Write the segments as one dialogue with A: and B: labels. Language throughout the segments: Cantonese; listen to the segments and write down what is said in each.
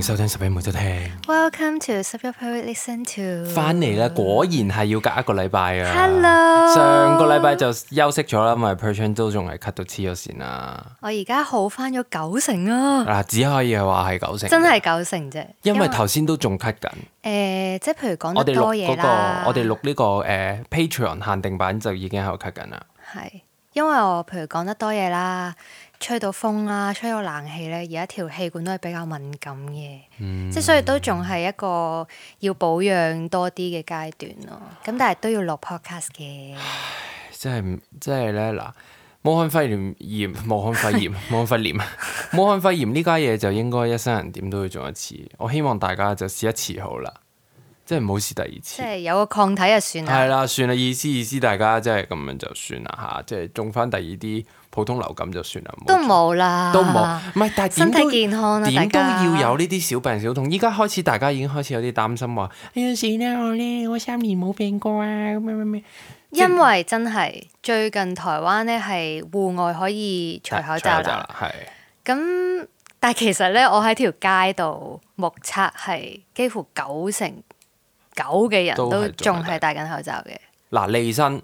A: 收聽十一每周聽。
B: Welcome to Sub Your Poet Listen to。
A: 翻嚟啦，果然係要隔一個禮拜啊。
B: Hello
A: 上個禮拜就休息咗啦，因為 Perchan 都仲係咳到黐咗線啦。
B: 我而家好翻咗九成啊，
A: 嗱，只可以係話係九成。
B: 真係。九成啫。
A: 因為頭先都仲咳緊，
B: 誒，即係譬如講
A: 我
B: 得
A: 哋
B: 多
A: 錄嗰
B: 嘢
A: 個，
B: 啦，
A: 我哋錄呢個誒 Patreon 限定版就已經喺度咳緊啦。
B: 係因為我譬如講得多嘢啦，吹到風啦，吹到冷氣咧，而家條氣管都係比較敏感嘅，
A: 嗯
B: 即係所以都仲係一個要保養多啲嘅階段咯。咁但係都要錄 podcast 嘅，
A: 即係唔即係咧嗱，武漢肺炎、武漢肺 炎、武漢肺炎、武漢肺炎呢家嘢就應該一生人點都要做一次。我希望大家就試一次好啦，即係唔好試第二
B: 即
A: 次。
B: 係有個抗體就
A: 係
B: 算啦。
A: 啦，算啦，意思意思，大家即係咁樣就算啦吓，即係中翻第二啲普通流感就算啦，
B: 都
A: 好
B: 冇啦，
A: 都冇，唔係，但係
B: 身
A: 點
B: 體
A: 都
B: 健康啦
A: 點都
B: 大家
A: 要有呢啲小病小痛。依家開始，大家已經開始有啲擔心話：哎呀死啦，我咧我三年冇病過啊，咁樣咩咩。
B: 因為真係最近台灣咧係戶外可以除
A: 啊
B: 口罩啦，，
A: 係
B: 咁但係其實咧，我喺條街度目測係幾乎九成九嘅人
A: 都
B: 都
A: 係仲
B: 仲
A: 係
B: 係戴緊口罩嘅，
A: 嗱利身，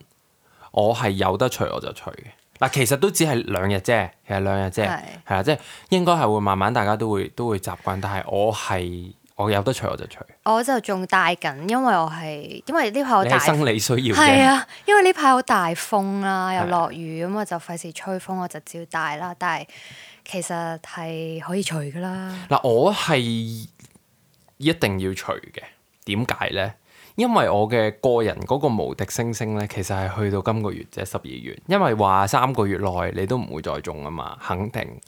A: 我係有得除我就除嘅。嗱，其實都只係兩日啫，其實兩日啫，
B: 係
A: 係啦，即係應該係會慢慢大家都會都會習慣，但係我係我有得除我就除，
B: 我就仲戴緊，因為我哦係因為呢排我
A: 你
B: 大
A: 係生理需要
B: 係
A: 嘅，
B: 啊，因為呢排好大風啦，又
A: 係
B: 落雨，咁我就費事吹風，我就照戴啦。但係其實係可以除噶啦，
A: 嗱，我係一定要除嘅。點解呢？因為我嘅個人嗰個無敵星星呢，其實係去到今個月即係十二月，因為話三個月內你都唔會再中啊嘛，肯定。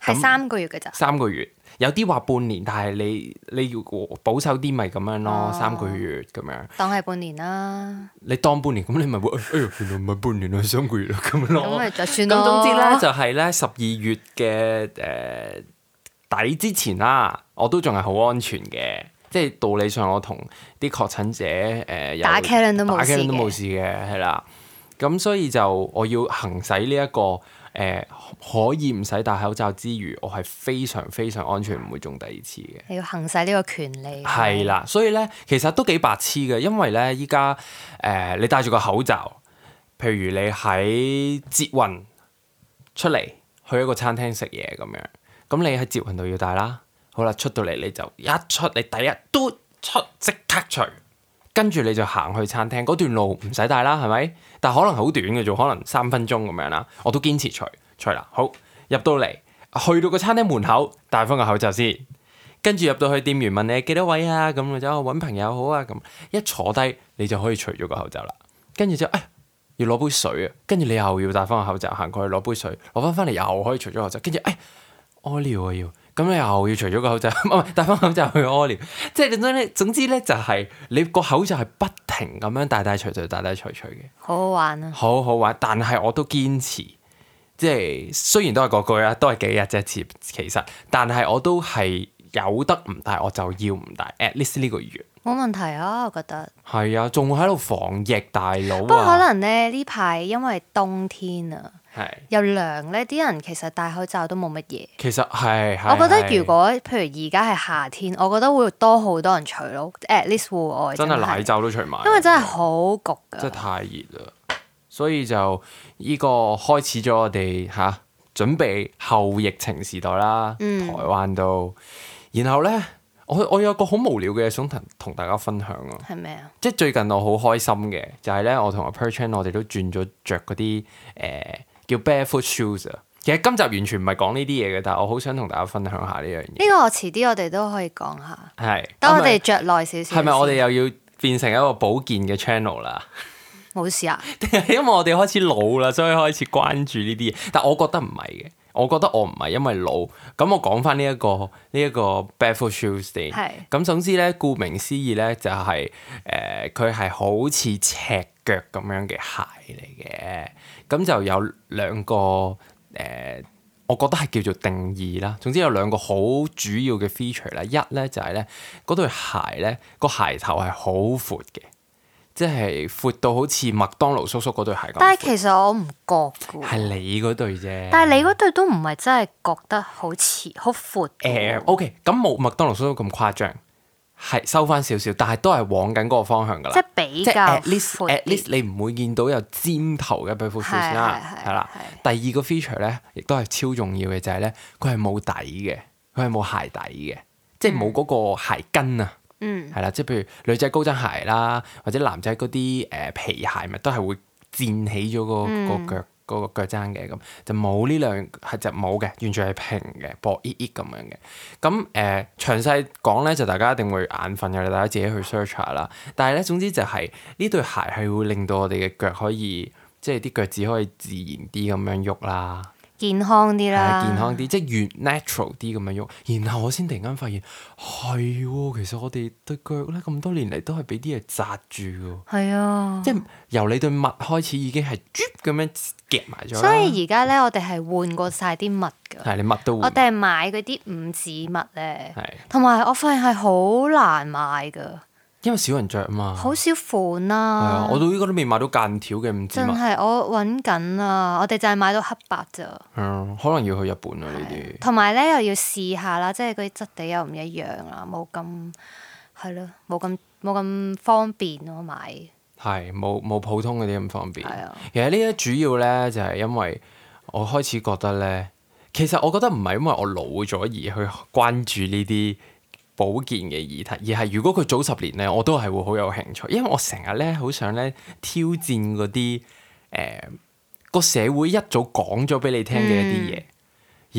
B: 係
A: 咁
B: 三個月嘅咋。
A: 三個月，有啲話半年，但係你你要保守啲咪咁樣咯，
B: 哦
A: 三個月咁樣，
B: 當係半年啦，
A: 你當半年咁你咪會，哎呀，原來唔係半年啊，係三個月啦咁樣
B: 咁
A: 咯。
B: 咪就算咯。
A: 咁總之咧，就係咧十二月嘅誒、呃底之前啦，我都仲係好安全嘅，即係道理上我同啲確診者誒、呃、有
B: 打 Kalen 都冇
A: 打
B: 事
A: Kalen 都冇
B: 嘅。
A: 事嘅，係啦。咁所以就我要行使呢、一個誒、呃可以唔使戴口罩之餘，我係非常非常安全，唔會中第二次嘅。
B: 你要行使呢個權利。
A: 係啦，所以咧其實都幾白痴嘅，因為咧依家誒你戴住個口罩，譬如你喺捷運出嚟去一個餐廳食嘢咁樣，咁你喺捷運度要戴啦。好啦，出到嚟你就一出你第一嘟出即刻除，跟住你就行去餐廳嗰段路唔使戴啦，係咪？但可能好短嘅啫，可能三分鐘咁樣啦，我都堅持除除啦。好入到嚟，去到個餐廳門口戴翻個口罩先。跟住入到去，店員問你幾多位啊？咁你就哦揾朋友好啊。咁一坐低，你就可以除咗個口罩啦。跟住之後，哎，要攞杯水啊。跟住你又要戴翻個口罩，行過去攞杯水，攞翻翻嚟又可以除咗口罩。跟住，哎，屙尿啊要。咁你又要除咗個口罩， 唔係戴翻口罩去屙尿。即係總之咧，總之咧就係你個口罩係不停咁樣戴戴除除、戴戴除除嘅。
B: 好好玩啊！
A: 好好玩，但係我都堅持，即係雖然都係嗰句啦，都係幾日啫，其其實，但係我都係有得唔戴我就要唔戴，at least 呢個月。
B: 冇問題啊，我覺得。
A: 係啊，仲喺度防疫大佬
B: 不過可
A: 啊，
B: 能咧呢排因為冬天啊，
A: 係
B: 又涼咧，啲人其實戴口罩都冇乜嘢。
A: 其實係，係
B: 我覺得
A: 係
B: 如果譬如而家係夏天，我覺得會多好多人除咯。at least 戶外
A: 真係奶
B: 係，
A: 罩都除埋，
B: 因為真係好焗
A: 真係
B: 㗎。
A: 太熱啦，所以就呢個開始咗我哋吓、準備後疫情時代啦，
B: 嗯
A: 台灣都，然後咧，我我有個好無聊嘅嘢想同同大家分享啊。
B: 係咩啊？
A: 即係最近我好開心嘅，就係、咧，我同阿 Perchan 我哋都轉咗着嗰啲誒叫 barefoot shoes 啊。其實今集完全唔係講呢啲嘢嘅，但係我好想同大家分享下呢樣嘢。
B: 呢個我遲啲我哋都可以講下。
A: 係，
B: 等我
A: 係咪
B: 哋着耐少少先。
A: 係咪我哋又要變成一個保健嘅 channel 啦？
B: 冇事啊？
A: 定係因為我哋開始老啦，所以開始關注呢啲嘢？但我覺得唔係嘅，我覺得我唔係因為老。咁我講翻呢一個呢一、個 barefoot shoes 先。
B: 係
A: 咁總之咧，顧名思義咧，就係誒佢係好似赤腳咁樣嘅鞋嚟嘅。咁就有兩個誒、呃我覺得係叫做定義啦。總之有兩個好主要嘅 feature 啦。一咧就係咧，嗰對鞋咧個鞋頭係好闊嘅，即係闊到好似麥當勞叔叔嗰對鞋咁。
B: 但係其實我唔覺嘅喎
A: 係你嗰對啫。
B: 但係你嗰對都唔係真係覺得好似好闊嘅喎。
A: 誒 OK，咁冇麥當勞叔叔咁誇張，係收翻少少，但係都係往緊嗰個方向㗎啦。
B: 即係比
A: 即係
B: 較
A: at least
B: 闊
A: at
B: 啲
A: least 你唔會見到有尖頭嘅 Barefoot Shoes 啦，
B: 係係係
A: 係啦。第二個 feature 咧，亦都係超重要嘅就係咧，佢係冇底嘅，佢係冇鞋底嘅，即係冇嗰個鞋跟啊。
B: 嗯，
A: 係啦，即係譬如女仔高踭鞋啦，或者男仔嗰啲誒皮鞋，咪都係會濺起咗個
B: 嗯
A: 個腳嗰個腳踭嘅咁，就冇呢兩係就冇嘅，完全係平嘅，薄ít ít 咁樣嘅。咁誒、呃、詳細講咧，就大家一定會眼瞓嘅，大家自己去 search 下啦。但係咧，總之就係、呢對鞋係會令到我哋嘅腳可以。即係啲腳趾可以自然啲咁樣喐啦，
B: 健康啲
A: 係
B: 啦，
A: 啊健康啲，即係越 natural 啲咁樣喐。然後我先突然間發現，係喎，其實我哋對腳咧咁多年嚟都係俾啲嘢紮住嘅，
B: 係啊。
A: 即係由你對襪開始已經係 drip 咁樣夾埋咗啦。
B: 所以而家咧，我哋係換過晒啲襪㗎。
A: 係你襪都
B: 我
A: 換，
B: 哋係買嗰啲五指襪咧，
A: 係
B: 同埋我發現係好難買㗎，
A: 因為少人着啊嘛。
B: 好少款
A: 係
B: 啦、
A: 啊，我到依家都未買到間條嘅五指
B: 真
A: 襪，
B: 係我揾緊啊！我哋就係買到黑白咋，
A: 嗯，可能要去日本啊呢啲。
B: 同埋咧又要試下啦，即係嗰啲質地又唔一樣啦，冇咁係咯，冇咁冇咁方便咯買，
A: 係冇冇普通嗰啲咁方便。
B: 係啊，
A: 其實呢一主要咧就係因為我開始覺得咧，其實我覺得唔係因為我老咗而去關注呢啲保健嘅議題，而係如果佢早十年咧，我都係會好有興趣，因為我成日咧好想咧挑戰嗰啲誒個社會一早講咗俾你聽嘅一啲嘢。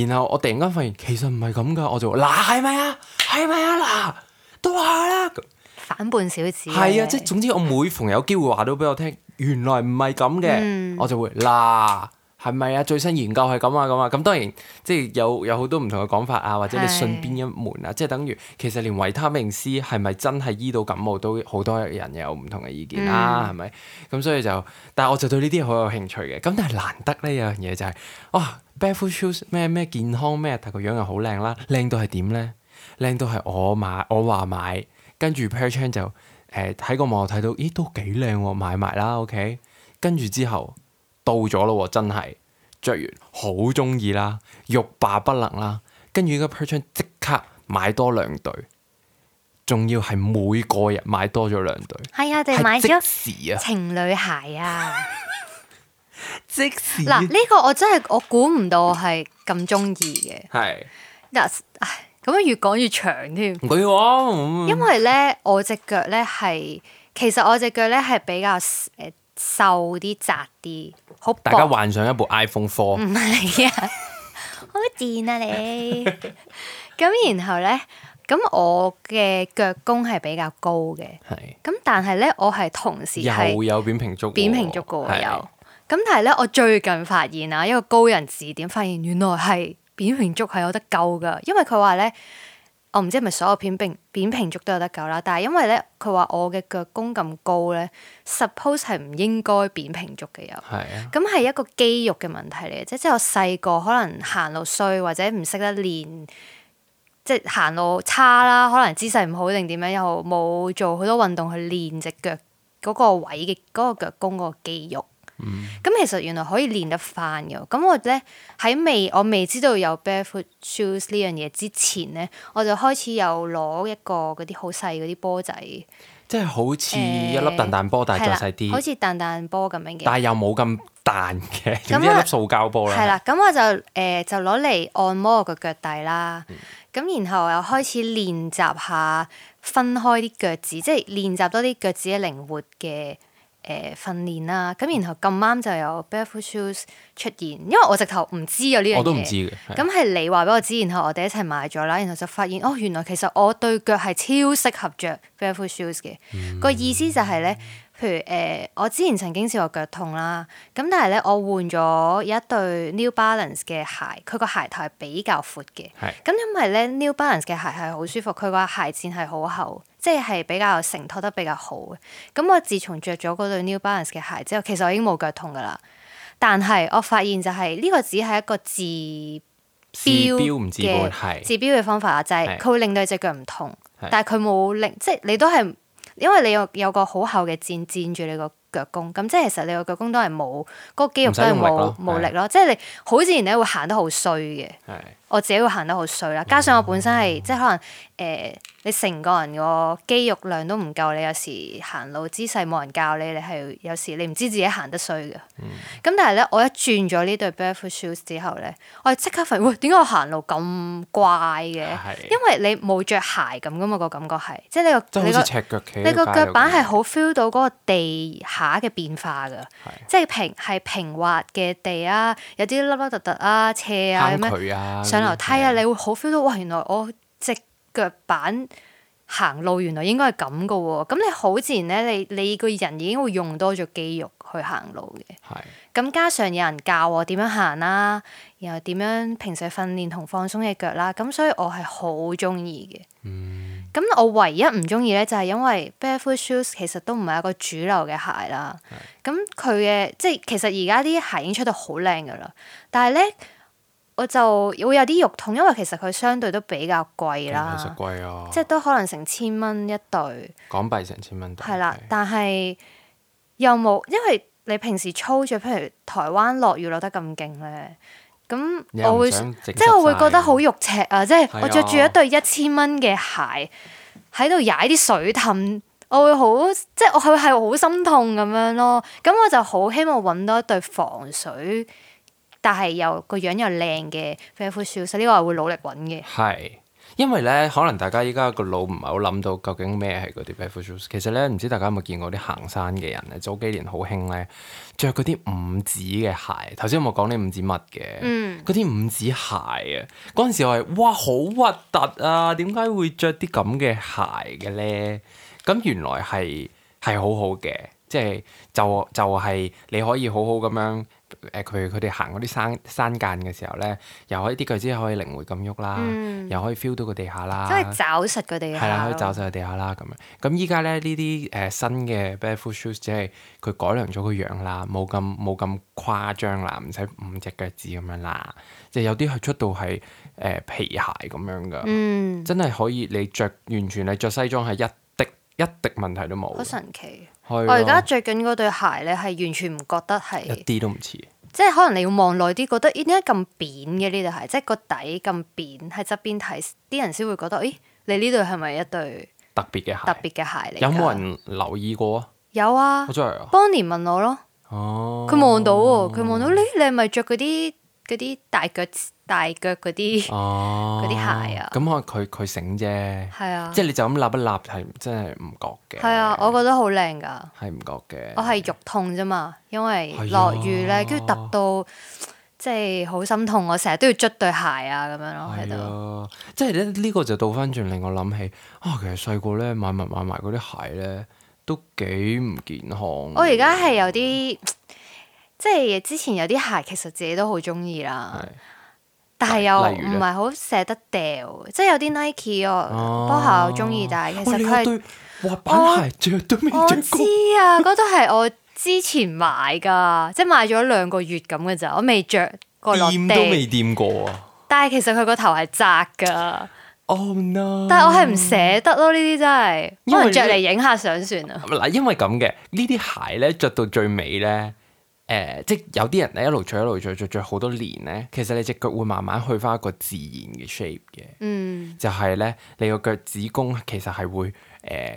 A: 然後我突然間發現其實唔係咁噶，我就話嗱係咪啊？係咪啊？嗱，都話啦。咁
B: 反叛小子
A: 係啊，
B: 嚟
A: 即係總之我每逢有機會話到俾我聽，原來唔係咁嘅，
B: 嗯
A: 我就會嗱係咪啊？最新研究係咁啊咁啊，咁當然即係有有好多唔同嘅講法啊，或者你
B: 係
A: 信邊一門啊，即係等於其實連維他命 C 係咪真係醫到感冒都好多人有唔同嘅意見啦，係咪、咁所以就，但係我就對呢啲好有興趣嘅。咁但係難得呢有樣嘢就係、哇 Barefoot Shoes 咩咩健康咩，但個樣又好靚啦，靚到係點咧？靚到係我買，我話買，跟住 Per Chan 就誒喺、個網度睇到，咦都幾靚喎，買埋啦，OK。跟住之後到咗咯喎，真係着完好中意啦，欲罷不能啦。跟住而家 Per Chan 即刻買多兩對，仲要係每個人買多咗兩對，
B: 係啊，我哋買
A: 係
B: 咗
A: 即時啊，
B: 情侶鞋啊！
A: 即時
B: 嗱，呢個我真係我估唔到我係咁中意嘅。
A: 係
B: 嗱，唉咁樣越講越長添，
A: 唔緊要啊，咁
B: 因為咧我只腳咧係其實我只腳咧係比較誒瘦啲、窄啲，好
A: 大家
B: 薄。
A: 幻想一部 iPhone Four，
B: 唔 係啊，好賤啊 你！咁然後咧，咁我嘅腳弓係比較高嘅，
A: 係
B: 咁但係咧我係同時係
A: 又有扁平足喎，
B: 扁平足嘅喎
A: 係
B: 有。咁但係咧，我最近發現啊，一個高人指點發現，原來係扁平足係有得救噶，因為佢話咧，我唔知係咪所有扁平扁平足都有得救啦，但係因為咧，佢話我嘅腳弓咁高咧，suppose 係唔應該扁平足嘅有。
A: 係啊。
B: 咁係一個肌肉嘅問題嚟嘅，即係即係我細個可能行路衰或者唔識得練，即係行路差啦，可能姿勢唔好定點樣，又冇做好多運動去練只腳嗰個位嘅嗰、個腳弓嗰個肌肉。
A: 嗯
B: 咁、其實原來可以練得翻嘅。咁我咧喺未我未知道有 barefoot shoes 呢樣嘢之前咧，我就開始有攞一個嗰啲好細嗰啲波仔，
A: 即係好似一粒
B: 誒
A: 彈彈波，但係
B: 係
A: 再
B: 啦
A: 細
B: 好
A: 啲，
B: 似彈彈波咁樣嘅。
A: 但係又冇咁彈嘅，總之一
B: 咁啊
A: 粒塑膠波
B: 係
A: 啦。
B: 啦，咁我就誒、呃就攞嚟按摩我個腳底啦，
A: 嗯
B: 咁、然後又開始練習下分開啲腳趾，即係練習多啲腳趾嘅靈活嘅誒、呃、訓練啦。咁然後咁啱就有 barefoot shoes 出現，因為我直頭唔知有呢樣嘢，
A: 我都唔知啊嘅。係
B: 咁係你話俾我知，然後我哋一齊買咗啦，然後就發現哦，原來其實我對腳係超適合着 barefoot shoes 嘅。個、意思就係咧，譬如誒、呃我之前曾經試過腳痛啦，咁但係咧，我換咗有一對 New Balance 嘅鞋，佢個鞋頭係比較闊嘅。
A: 係
B: 咁因為咧 New Balance 嘅鞋係好舒服，佢個鞋墊係好厚，即係比較承托得比較好嘅。咁我自從着咗嗰對 New Balance 嘅鞋之後，其實我已經冇腳痛噶啦。但係我發現就係、呢、個只係一個治
A: 治標
B: 標
A: 唔治本，
B: 嘅
A: 係
B: 治標嘅方法啦，就係
A: 係
B: 佢會令到你隻腳唔痛
A: 係，
B: 但係佢冇令即係你都係因為你有有個好厚嘅墊墊住你個腳弓，咁即係其實你個腳弓都係冇嗰個肌肉
A: 唔使
B: 都係
A: 用力
B: 冇
A: 咯
B: 冇
A: 係
B: 力咯，即係你好自然咧會行得好衰嘅。
A: 係
B: 我自己會行得好衰
A: 嗯
B: 啦，加上我本身係即係可能誒、呃你成個人個肌肉量都唔夠，你有時行路姿勢冇人教你，你係有時你唔知自己行得衰嘅。咁、
A: 嗯
B: 但係咧，我一轉咗呢對 barefoot shoes 之後咧，我係即刻發現，喂，點解我行路咁怪嘅？
A: 係
B: 因為你冇着鞋咁噶嘛，個感覺係，即係你
A: 即
B: 個
A: 係
B: 你
A: 好
B: 個
A: 似赤腳企喺
B: 你個
A: 街度
B: 腳板
A: 咁
B: 係好 feel 到嗰個地下嘅變化㗎，即係平係平滑嘅地啊，有啲凹凹凸凸啊、斜啊咁樣
A: 坑。渠啊，
B: 上樓梯
A: 係
B: 啊，你會好 feel 到哇！原來我只腳板行路原來應該係咁噶喎，咁你好自然咧，你你個人已經會用多咗肌肉去行路嘅。
A: 係
B: 咁加上有人教我點樣行啦，然後點樣平時訓練同放鬆嘅腳啦，咁所以我係好中意嘅。
A: 嗯
B: 咁、我唯一唔中意咧，就係因為 barefoot shoes 其實都唔係一個主流嘅鞋啦。咁佢嘅即係其實而家啲鞋已經出到好靚噶啦，但係咧我就會有啲肉痛，因為其實佢相對都比較貴啦
A: 其，實貴啊，
B: 即係都可能成千蚊一對。
A: 港幣成千蚊對
B: 係啦，但係又冇，因為你平時操住，譬如台灣落雨落得咁勁咧，咁
A: 你又
B: 我
A: 唔
B: 會
A: 想
B: 即
A: 整
B: 係我會
A: 濕
B: 覺得
A: 晒
B: 好肉赤啊！即係
A: 係啊
B: 我着住一對一千蚊嘅鞋喺度踩啲水氹，我會好即係我係係好心痛咁樣咯。咁我就好希望揾到一對防水，但係又個樣又靚嘅 barefoot shoes，呢個我會努力揾嘅。
A: 係，因為咧，可能大家依家個腦唔係好諗到究竟咩係嗰啲 barefoot shoes。其實咧，唔知大家有冇見過啲行山嘅人咧？早幾年好興咧，着嗰啲五指嘅鞋。頭先我冇講啲五指襪嘅，
B: 嗯，
A: 嗰啲、五指鞋啊，嗰陣時我係哇好核突啊！點解會着啲咁嘅鞋嘅咧？咁原來係係好好嘅，即係就就係、你可以好好咁樣。誒佢佢哋行嗰啲山山間嘅時候咧，又可以啲腳趾可以靈活咁喐啦，
B: 嗯
A: 又可以 feel 到個地下啦，
B: 即係找實佢哋
A: 啊係啦，可以找
B: 下咯。
A: 晒個地下啦咁樣。咁依家咧呢啲誒新嘅 barefoot shoes 只係佢改良咗個樣啦，冇咁冇咁誇張啦，唔使五隻腳趾咁樣啦，即係有啲係出到係誒、呃皮鞋咁樣噶，
B: 嗯，
A: 真係可以你着完全你着西裝係一滴一滴問題都冇
B: 好
A: 嘅。
B: 神奇。
A: 係
B: 我而家
A: 咯
B: 着緊嗰對鞋咧，係完全唔覺得
A: 一
B: 係，
A: 啲都唔似，
B: 即係可能你要望耐啲，覺得咦點解咁扁嘅呢對鞋，即係個底咁扁，喺側邊睇啲人先會覺得，咦你呢對係咪一對
A: 特別嘅
B: 特
A: 鞋。
B: 別嘅鞋嚟㗎？
A: 有冇人留意過啊？
B: 有啊
A: 我真係啊！
B: ？Bonnie 問我咯，
A: 哦，
B: 佢望到喎，佢望到你你係咪着嗰啲嗰啲大腳大腳嗰啲？
A: 哦
B: 嗰啲鞋啊
A: 咁可能佢佢醒啫，
B: 係啊，
A: 即係你就咁立一立係真係唔覺嘅。
B: 係啊，哦我覺得好靚㗎。
A: 係唔覺嘅。
B: 我係肉痛啫嘛，因為
A: 係
B: 落雨
A: 啊
B: 咧，跟住揼到即係好心痛，我成日都要捽對鞋啊咁樣咯喺
A: 係
B: 度。
A: 啊，即係咧呢個就倒翻轉令我諗起啊，其實細個咧買埋買埋嗰啲鞋咧都幾唔健康。
B: 我而家係有啲即係之前有啲鞋其實自己都好中意啦，
A: 係
B: 但係又
A: 例如呢
B: 唔係好捨得掉，即係有啲 Nike 我波鞋我中意，但係其
A: 哇啊
B: 實
A: 你有
B: 佢係
A: 對滑板鞋着都未
B: 我
A: 着
B: 知
A: 過，
B: 啊，嗰對係我之前買㗎，即係買咗兩個月咁嘅咋，我未着過落
A: 掂都
B: 地，
A: 未掂過啊
B: 但係其實佢個頭係窄㗎。
A: ！Oh no！
B: 但係我係唔捨得咯，呢啲真係
A: 因為
B: 可能着嚟影下相算啊啦。
A: 嗱，因為咁嘅呢啲鞋咧，着到最尾咧，誒、即係有啲人咧一路着一路着着着好多年咧，其實你只腳會慢慢去翻一個自然嘅 shape 嘅，
B: 嗯，
A: 就係咧你個腳趾公其實係會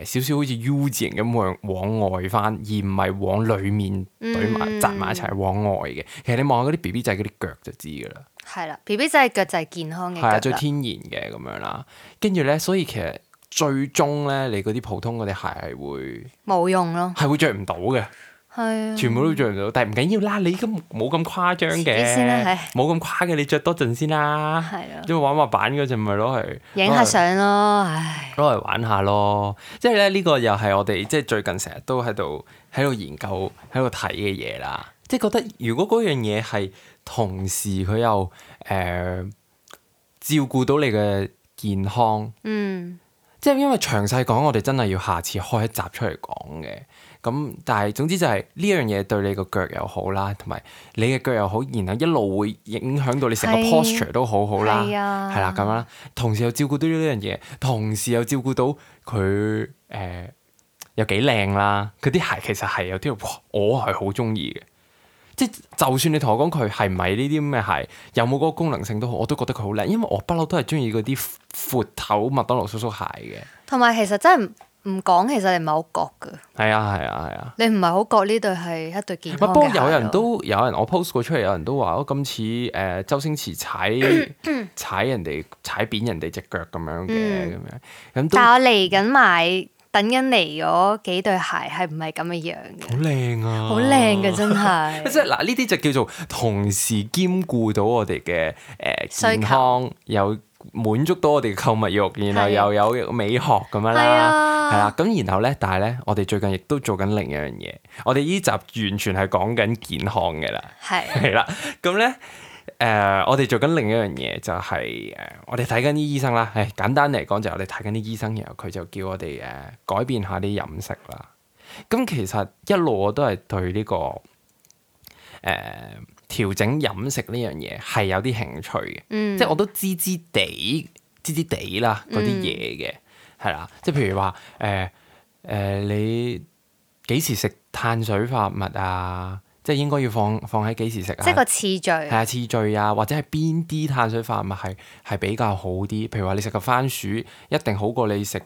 A: 誒、少少好似 U 字形咁往往外翻，而唔係往裡面懟埋紮埋一齊往外嘅。其實你望下嗰啲 B B 仔嗰啲腳就知㗎啦。
B: 係啦，B B 仔嘅腳就係健康嘅
A: 係啊，
B: 腳
A: 最
B: 啦。
A: 天然嘅咁樣啦。跟住咧，所以其實最終咧，你嗰啲普通嗰啲鞋係會
B: 冇用咯，
A: 係會著唔到嘅。
B: 係啊，
A: 全部都做唔到，但係唔緊要啦，你咁冇咁誇張
B: 遲啲先啦
A: 嘅
B: 係，
A: 冇咁誇嘅，你着多陣先啦。
B: 係啊，
A: 因為玩滑板嗰陣咪攞嚟
B: 影下，相咯，唉，
A: 攞嚟攞嚟玩下咯。即係咧呢個又係我哋即係最近成日都喺度喺度研究喺度睇嘅嘢啦。即係覺得如果嗰樣嘢係同時佢又誒、呃照顧到你嘅健康。
B: 嗯，
A: 即係因為詳細講，我哋真係要下次開一集出嚟講嘅。咁但係總之就係呢樣嘢對你個腳又好啦，同埋你嘅腳又好，然後一路會影響到你成個
B: 係
A: posture 都好好啦，
B: 係啊
A: 係啦咁樣啦。同時又照顧到呢樣嘢，同時又照顧到佢誒又幾靚啦。佢啲鞋其實係有啲，哇！我係好中意嘅。即係就算你同我講佢係唔係呢啲咁嘅鞋，有冇嗰個功能性都好，我都覺得佢好靚，因為我不嬲都係中意嗰啲闊頭麥當勞叔叔鞋嘅。
B: 同埋其實真係唔唔講，其實你唔係好覺㗎，
A: 係啊，係啊，係啊。
B: 你唔係好覺呢對係一對健
A: 唔係啊
B: 康
A: 不過
B: 嘅鞋
A: 有人
B: 咯
A: 都有人，我 post 過出嚟，有人都話哦，咁似誒周星馳 踩踩人哋踩扁人哋只腳咁樣嘅咁樣，咁都
B: 但
A: 好
B: 我嚟緊買，等緊嚟嗰幾對鞋係唔係咁嘅樣嘅？
A: 靚啊，
B: 好靚嘅 真
A: 即
B: 係，
A: 係嗱，呢啲就叫做同時兼顧到我哋嘅
B: 需求
A: 誒健康，又滿足到我哋嘅購物欲，然後
B: 係啊
A: 又有美學咁樣
B: 係
A: 啦，
B: 啊
A: 係啦。咁然後咧，但係咧，我哋最近亦都做緊另一樣嘢，我哋呢集完全係講緊健康嘅啦，
B: 係
A: 係啦。咁咧，誒，我哋做緊另一樣嘢就係誒，我哋睇緊啲醫生啦。誒，簡單嚟講就係我哋睇緊啲醫生，然後佢就叫我哋誒改變下啲飲食啦。咁其實一路我都係對呢、個誒、調整飲食呢樣嘢係有啲興趣嘅，
B: 嗯
A: 即係我都知知地知知地啦嗰啲嘢嘅，係啦、即係譬如話誒誒你幾時食碳水化合物啊？即係應該要放放喺幾時食啊？
B: 即係個次序
A: 係啊，次序啊，或者係邊啲碳水化合物係係比較好啲？譬如話你食個番薯，一定好過你食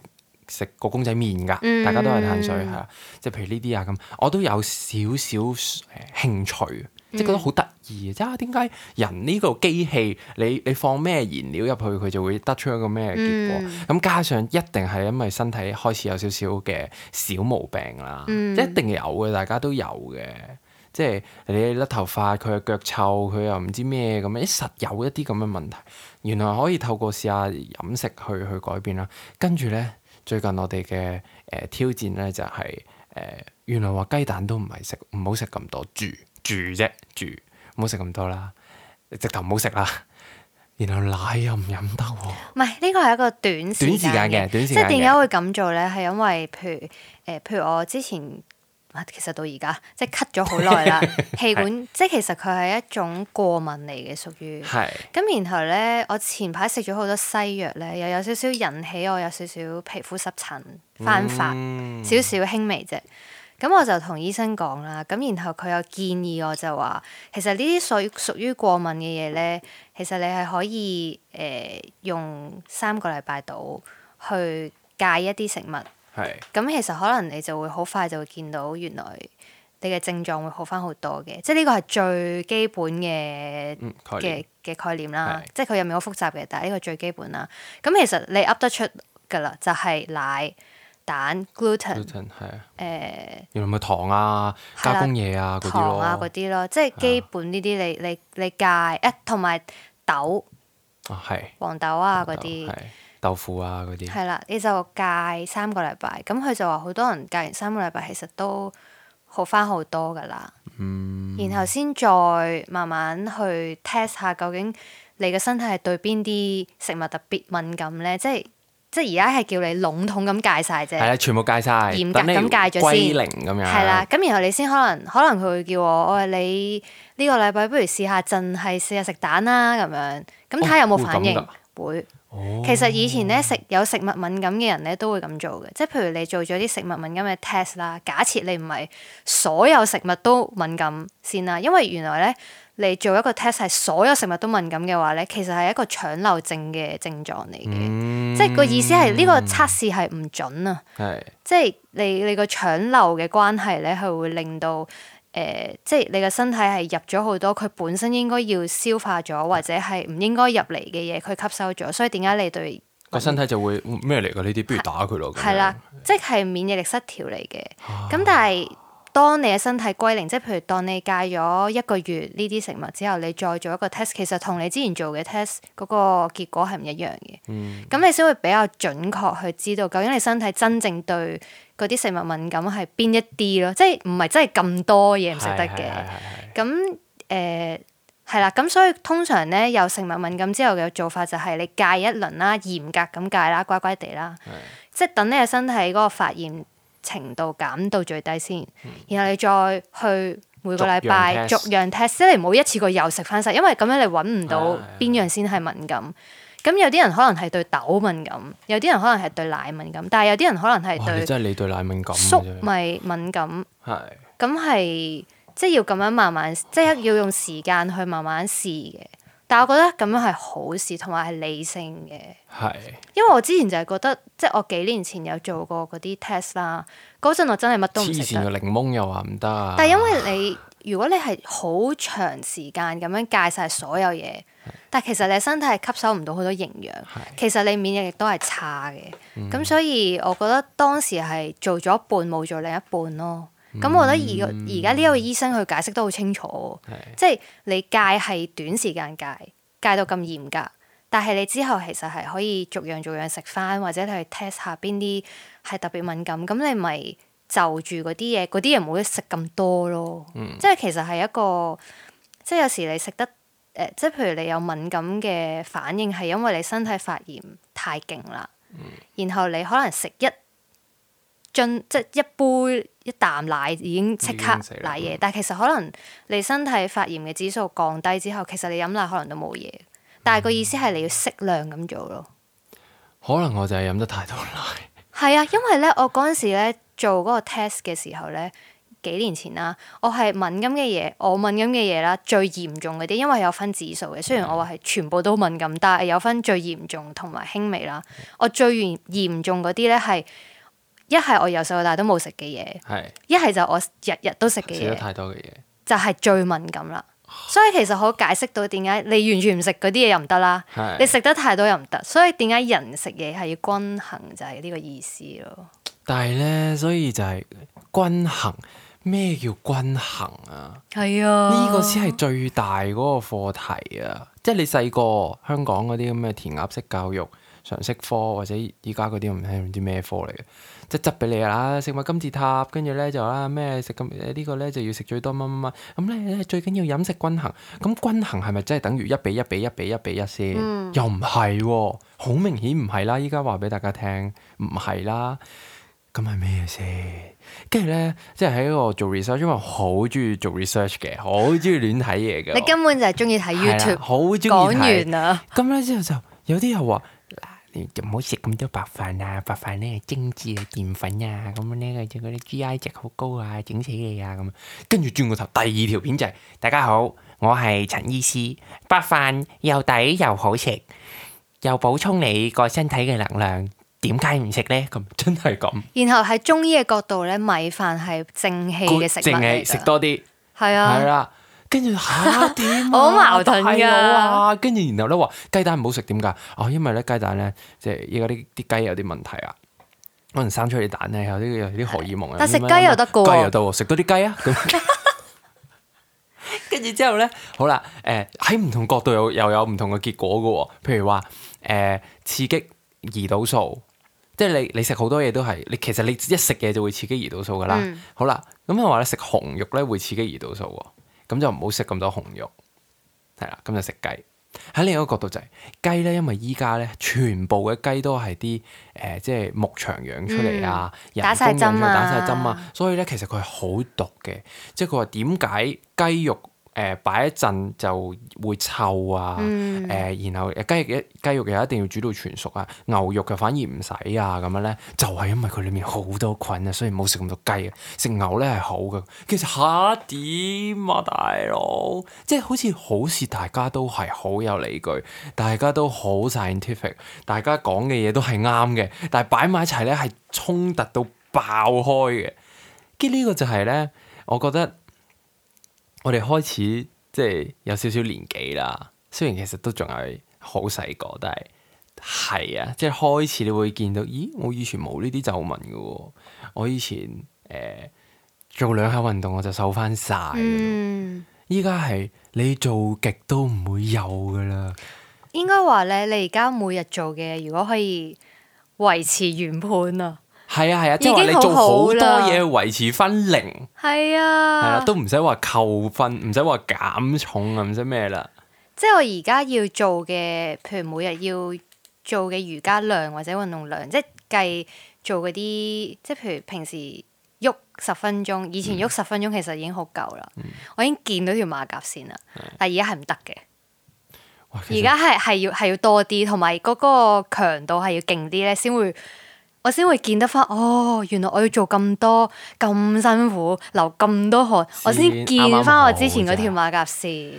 A: 食個公仔麵㗎。
B: 嗯
A: 大家都係碳水係啊，即係譬如呢啲啊咁，我都有少少誒興趣，
B: 嗯
A: 即係覺得好得意啊！即係啊點解人呢個機器，你你放咩燃料入去，佢就會得出一個咩結果？
B: 嗯
A: 咁、加上一定係因為身體開始有少少嘅小毛病啦，
B: 嗯
A: 一定有嘅，大家都有嘅。即係你甩頭髮，佢又腳臭，佢又唔知咩咁樣，實有一啲咁嘅問題。原來可以透過試下飲食去去改變啦。跟住咧，最近我哋嘅誒挑戰咧就係、誒、原來話雞蛋都唔係食，唔好食咁多，住住啫住，唔好食咁多啦，直頭唔好食啦。然後奶又唔飲得喎，
B: 唔係呢個係一個短
A: 短時
B: 時間
A: 間嘅，短時
B: 即
A: 間
B: 係點解
A: 嘅，
B: 會咁做咧？係因為譬如誒、呃譬如我之前啊其實到而家即係 cut 咗好 耐啦，氣管即係其實佢係一種過敏嚟嘅，屬於。
A: 係
B: 咁然後咧，我前排食咗好多西藥咧，又有少少引起我有少少皮膚濕疹翻發。
A: 嗯
B: 少少輕微啫。咁我就同醫生講啦，咁然後佢又建議我就話，其實呢啲屬屬於過敏嘅嘢咧，其實你係可以誒、呃用三個禮拜度去戒一啲食物，
A: 係
B: 咁其實可能你就會好快就會見到原來你嘅症狀會好返好多嘅，即係呢個係最基本嘅
A: 嗯概念
B: 嘅嘅概念啦
A: 係，
B: 即係佢入面好複雜嘅，但係呢個最基本啦。咁其實你噏得出㗎啦，就係、奶、蛋、gluten。
A: gluten 係啊，
B: 誒、
A: 原來咪糖啊、
B: 係啦
A: 加工嘢啊嗰啲
B: 糖啊嗰
A: 咯，
B: 啲咯，即係基本呢啲你你你戒誒，同埋豆
A: 啊係。
B: 黃豆啊嗰
A: 豆
B: 啲
A: 係豆腐啊嗰啲，
B: 係啦，你就戒三個禮拜。咁佢就話好多人戒完三個禮拜其實都好翻好多㗎啦，
A: 嗯，
B: 然後先再慢慢去 test 下究竟你嘅身體係對邊啲食物特別敏感咧，即係。即係而家係叫你籠統咁戒晒啫，
A: 係啦，全部戒晒，
B: 嚴格
A: 等你
B: 咁戒咗
A: 歸
B: 先
A: 零咁樣，
B: 係啦，，咁然後你先可能可能佢會叫我，我話你呢個禮拜不如試下淨係試下食蛋啦咁樣，咁睇下有冇反應。
A: 哦
B: 會，
A: 哦，
B: 其實以前咧食有食物敏感嘅人咧都會咁做嘅，即係譬如你做咗啲食物敏感嘅 test 啦，假設你唔係所有食物都敏感先啦，因為原來咧你做一個 test 係所有食物都敏感嘅話咧，其實係一個腸漏症嘅症狀嚟嘅，
A: 嗯
B: 即係個意思係呢個測試係唔準啊。
A: 係
B: 即係你你個腸漏嘅關係咧，係會令到誒、呃即係你個身體係入咗好多佢本身應該要消化咗或者係唔應該入嚟嘅嘢，佢吸收咗，所以點解你對
A: 個身體就會嗯咩嚟㗎？呢啲不如打佢咯，咁樣啊
B: 係啦，，即係免疫力失調嚟嘅。咁但係當你嘅身體歸零，即係譬如當你戒咗一個月呢啲食物之後，你再做一個 test，其實同你之前做嘅 test 嗰個結果係唔一樣嘅。
A: 嗯
B: 咁你先會比較準確去知道究竟你身體真正對嗰啲食物敏感係邊一啲咯，即係唔係真係咁多嘢唔食得
A: 係係
B: 嘅。
A: 係係
B: 咁誒係啦，咁所以通常咧有食物敏感之後嘅做法就係你戒一輪啦，嚴格咁戒啦，乖乖地啦，即係等你嘅身體嗰個發炎程度減到最低先，然後你再去每個禮拜
A: 逐
B: 逐
A: 樣
B: 樣 test，即係你唔好一次過又食翻晒，因為咁樣你揾唔到
A: 係係係
B: 邊樣先係敏感。咁有啲人可能係對豆敏感，有啲人可能係對奶敏感，但係有啲人可能係
A: 哇！你
B: 對
A: 真係你對奶敏感嘅
B: 粟
A: 啫，
B: 米敏感。
A: 係
B: 咁係即係要咁樣慢慢，即係要用時間去慢慢試嘅。但我覺得咁樣係好事，同埋係理性嘅。
A: 係
B: 因為我之前就係覺得，即係我幾年前有做過嗰啲 test 啦，嗰陣我真係乜都唔
A: 黐
B: 識
A: 線啊
B: 得。
A: 嘅檸檬又話唔得啊，
B: 但係因為你如果你係好長時間咁樣戒晒所有嘢，但其實你身體係吸收唔到好多營養，其實你免疫力都係差嘅。咁、所以我覺得當時係做咗一半冇做另一半咯。咁我覺得而而家呢個醫生佢解釋得好清楚喎，即係你戒係短時間戒，戒到咁嚴格，但係你之後其實係可以逐樣逐樣食翻，或者你去 test 下邊啲係特別敏感，咁你咪就住嗰啲嘢，嗰啲嘢唔好食咁多咯。
A: 嗯
B: 即係其實係一個，即係有時你食得誒、呃即係譬如你有敏感嘅反應，係因為你身體發炎太勁啦，
A: 嗯
B: 然後你可能食一樽即係一杯一啖奶已經即刻
A: 已經死啦嗯
B: 奶嘢，但係其實可能你身體發炎嘅指數降低之後，其實你飲奶可能都冇嘢，但係個意思係你要適量咁做咯。
A: 可能我就係飲得太多奶，
B: 係啊，因為咧，我嗰陣時咧做嗰個 test 嘅時候咧，幾年前啦，我係敏感嘅嘢，我敏感嘅嘢啦，最嚴重嗰啲，因為有分指數嘅。雖然我話係全部都敏感，但係有分最嚴重同埋輕微啦。我最嚴嚴重嗰啲咧係一係我由細到大都冇食嘅嘢，
A: 係
B: 一係就我日日都食嘅
A: 食得
B: 嘢，
A: 太多嘅嘢，
B: 就係最敏感啦。所以其實好解釋到點解你完全唔食嗰啲嘢又唔得啦，
A: 係
B: 你食得太多又唔得，所以點解人食嘢係要均衡就係呢個意思咯。
A: 但係咧，所以就係呃均衡。咩叫均衡啊？
B: 係啊，
A: 呢個先係最大嗰個課題啊！即係你細個香港嗰啲咁嘅填鴨式教育、常識科或者依家嗰啲唔知唔知咩科嚟嘅，即係執俾你啦，食物金字塔，跟住咧就啦咩食咁呢個咧就要食最多乜乜乜，咁咧最緊要飲食均衡。咁均衡係咪真係等於一比一比一比一比一先？又唔係喎，好明顯唔係啦！依家話俾大家聽，唔係啦。咁係咩先？跟住咧，即係喺我做 research，因為我好中意做 research 嘅，好中意亂睇嘢嘅。
B: 你根本就係中意睇
A: 係啦
B: YouTube。
A: 好中意
B: 講
A: 睇
B: 完。啊啦，
A: 咁咧之後就有啲又話。嗱你就唔好食咁多白飯啊！白飯咧精緻啊、澱粉啊，咁樣咧就嗰啲 GI 值好高啊，整死你啊咁。跟住轉個頭，第二條片就係、大家好，我係陳醫師，白飯又抵又好食，又補充你個身體嘅能量，點解唔食咧？咁真係咁，
B: 然後喺中醫嘅角度咧，米飯係正氣嘅食物
A: 淨係
B: 嚟
A: 食
B: 㗎，
A: 多啲。
B: 係
A: 係
B: 啊，
A: 啦，跟住嚇點啊
B: 好矛盾㗎
A: 大佬啊！跟住然後咧話雞蛋唔好食點解？哦，因為咧雞蛋咧即係依家啲啲雞有啲問題啊，可能生出嚟蛋咧有啲有啲荷爾蒙啊。
B: 但食
A: 咁樣
B: 雞又得㗎喎
A: 雞又得喎，食多啲雞啊 咁。跟住之後咧，好啦，誒喺唔同角度又又有唔同嘅結果嘅喎，譬如話誒、呃刺激胰島素，即係你你食好多嘢都係，你其實你一食嘢就會刺激胰島素噶啦。
B: 嗯
A: 好啦，咁又話咧食紅肉咧會刺激胰島素喎，咁就唔好食咁多紅肉，係啦，咁就食雞。喺另一個角度就係、雞咧，因為依家咧全部嘅雞都係啲誒即係牧場養出嚟啊，人
B: 嗯打晒
A: 工養出嚟
B: 針啊
A: 打晒針啊，所以咧其實佢係好毒嘅，即係佢話點解雞肉誒擺、一陣就會臭啊？誒、
B: 嗯
A: 然後呃雞翼一雞肉又一定要煮到全熟啊，牛肉就反而唔使啊咁樣咧，就係、因為佢裡面好多菌啊，所以唔好食咁多雞啊，食牛咧係好嘅。其實嚇點啊，大佬，即係好似好似大家都係好有理據，大家都好 scientific，大家講嘅嘢都係啱嘅，但係擺埋一齊咧係衝突到爆開嘅。跟住呢個就係咧，我覺得我哋開始即係有少少年紀啦。雖然其實都仲係好細個，但係係啊，即係開始你會見到，咦，我以前冇呢啲皺紋嘅喎，我以前誒、呃做兩下運動我就瘦翻晒㗎咯，
B: 嗯，
A: 依家係你做極都唔會有噶啦。
B: 應該話咧，你而家每日做嘅，如果可以維持原判啊，
A: 係啊係啊，即係話
B: 已
A: 你
B: 經好
A: 做好多
B: 好啦
A: 嘢維持翻零，係
B: 係
A: 啦、
B: 啊，
A: 都唔使話扣分，唔使話減重啊，唔使咩啦。
B: 即係我而家要做嘅，譬如每日要做嘅瑜伽量或者運動量，即係計做嗰啲，即係譬如平時喐十分鐘，以
A: 嗯
B: 前喐十分鐘其實已經好夠啦，我已經見到條馬甲線啦，但係而家係唔得嘅。
A: 哇其
B: 而
A: 實
B: 家係係要係要多啲，同埋嗰個強度係要勁啲咧，先會我先會見得翻。哦，原來我要做咁多咁辛苦，流咁多汗，我先
A: 先啱啱
B: 見翻我之前
A: 好
B: 嗰條馬甲線，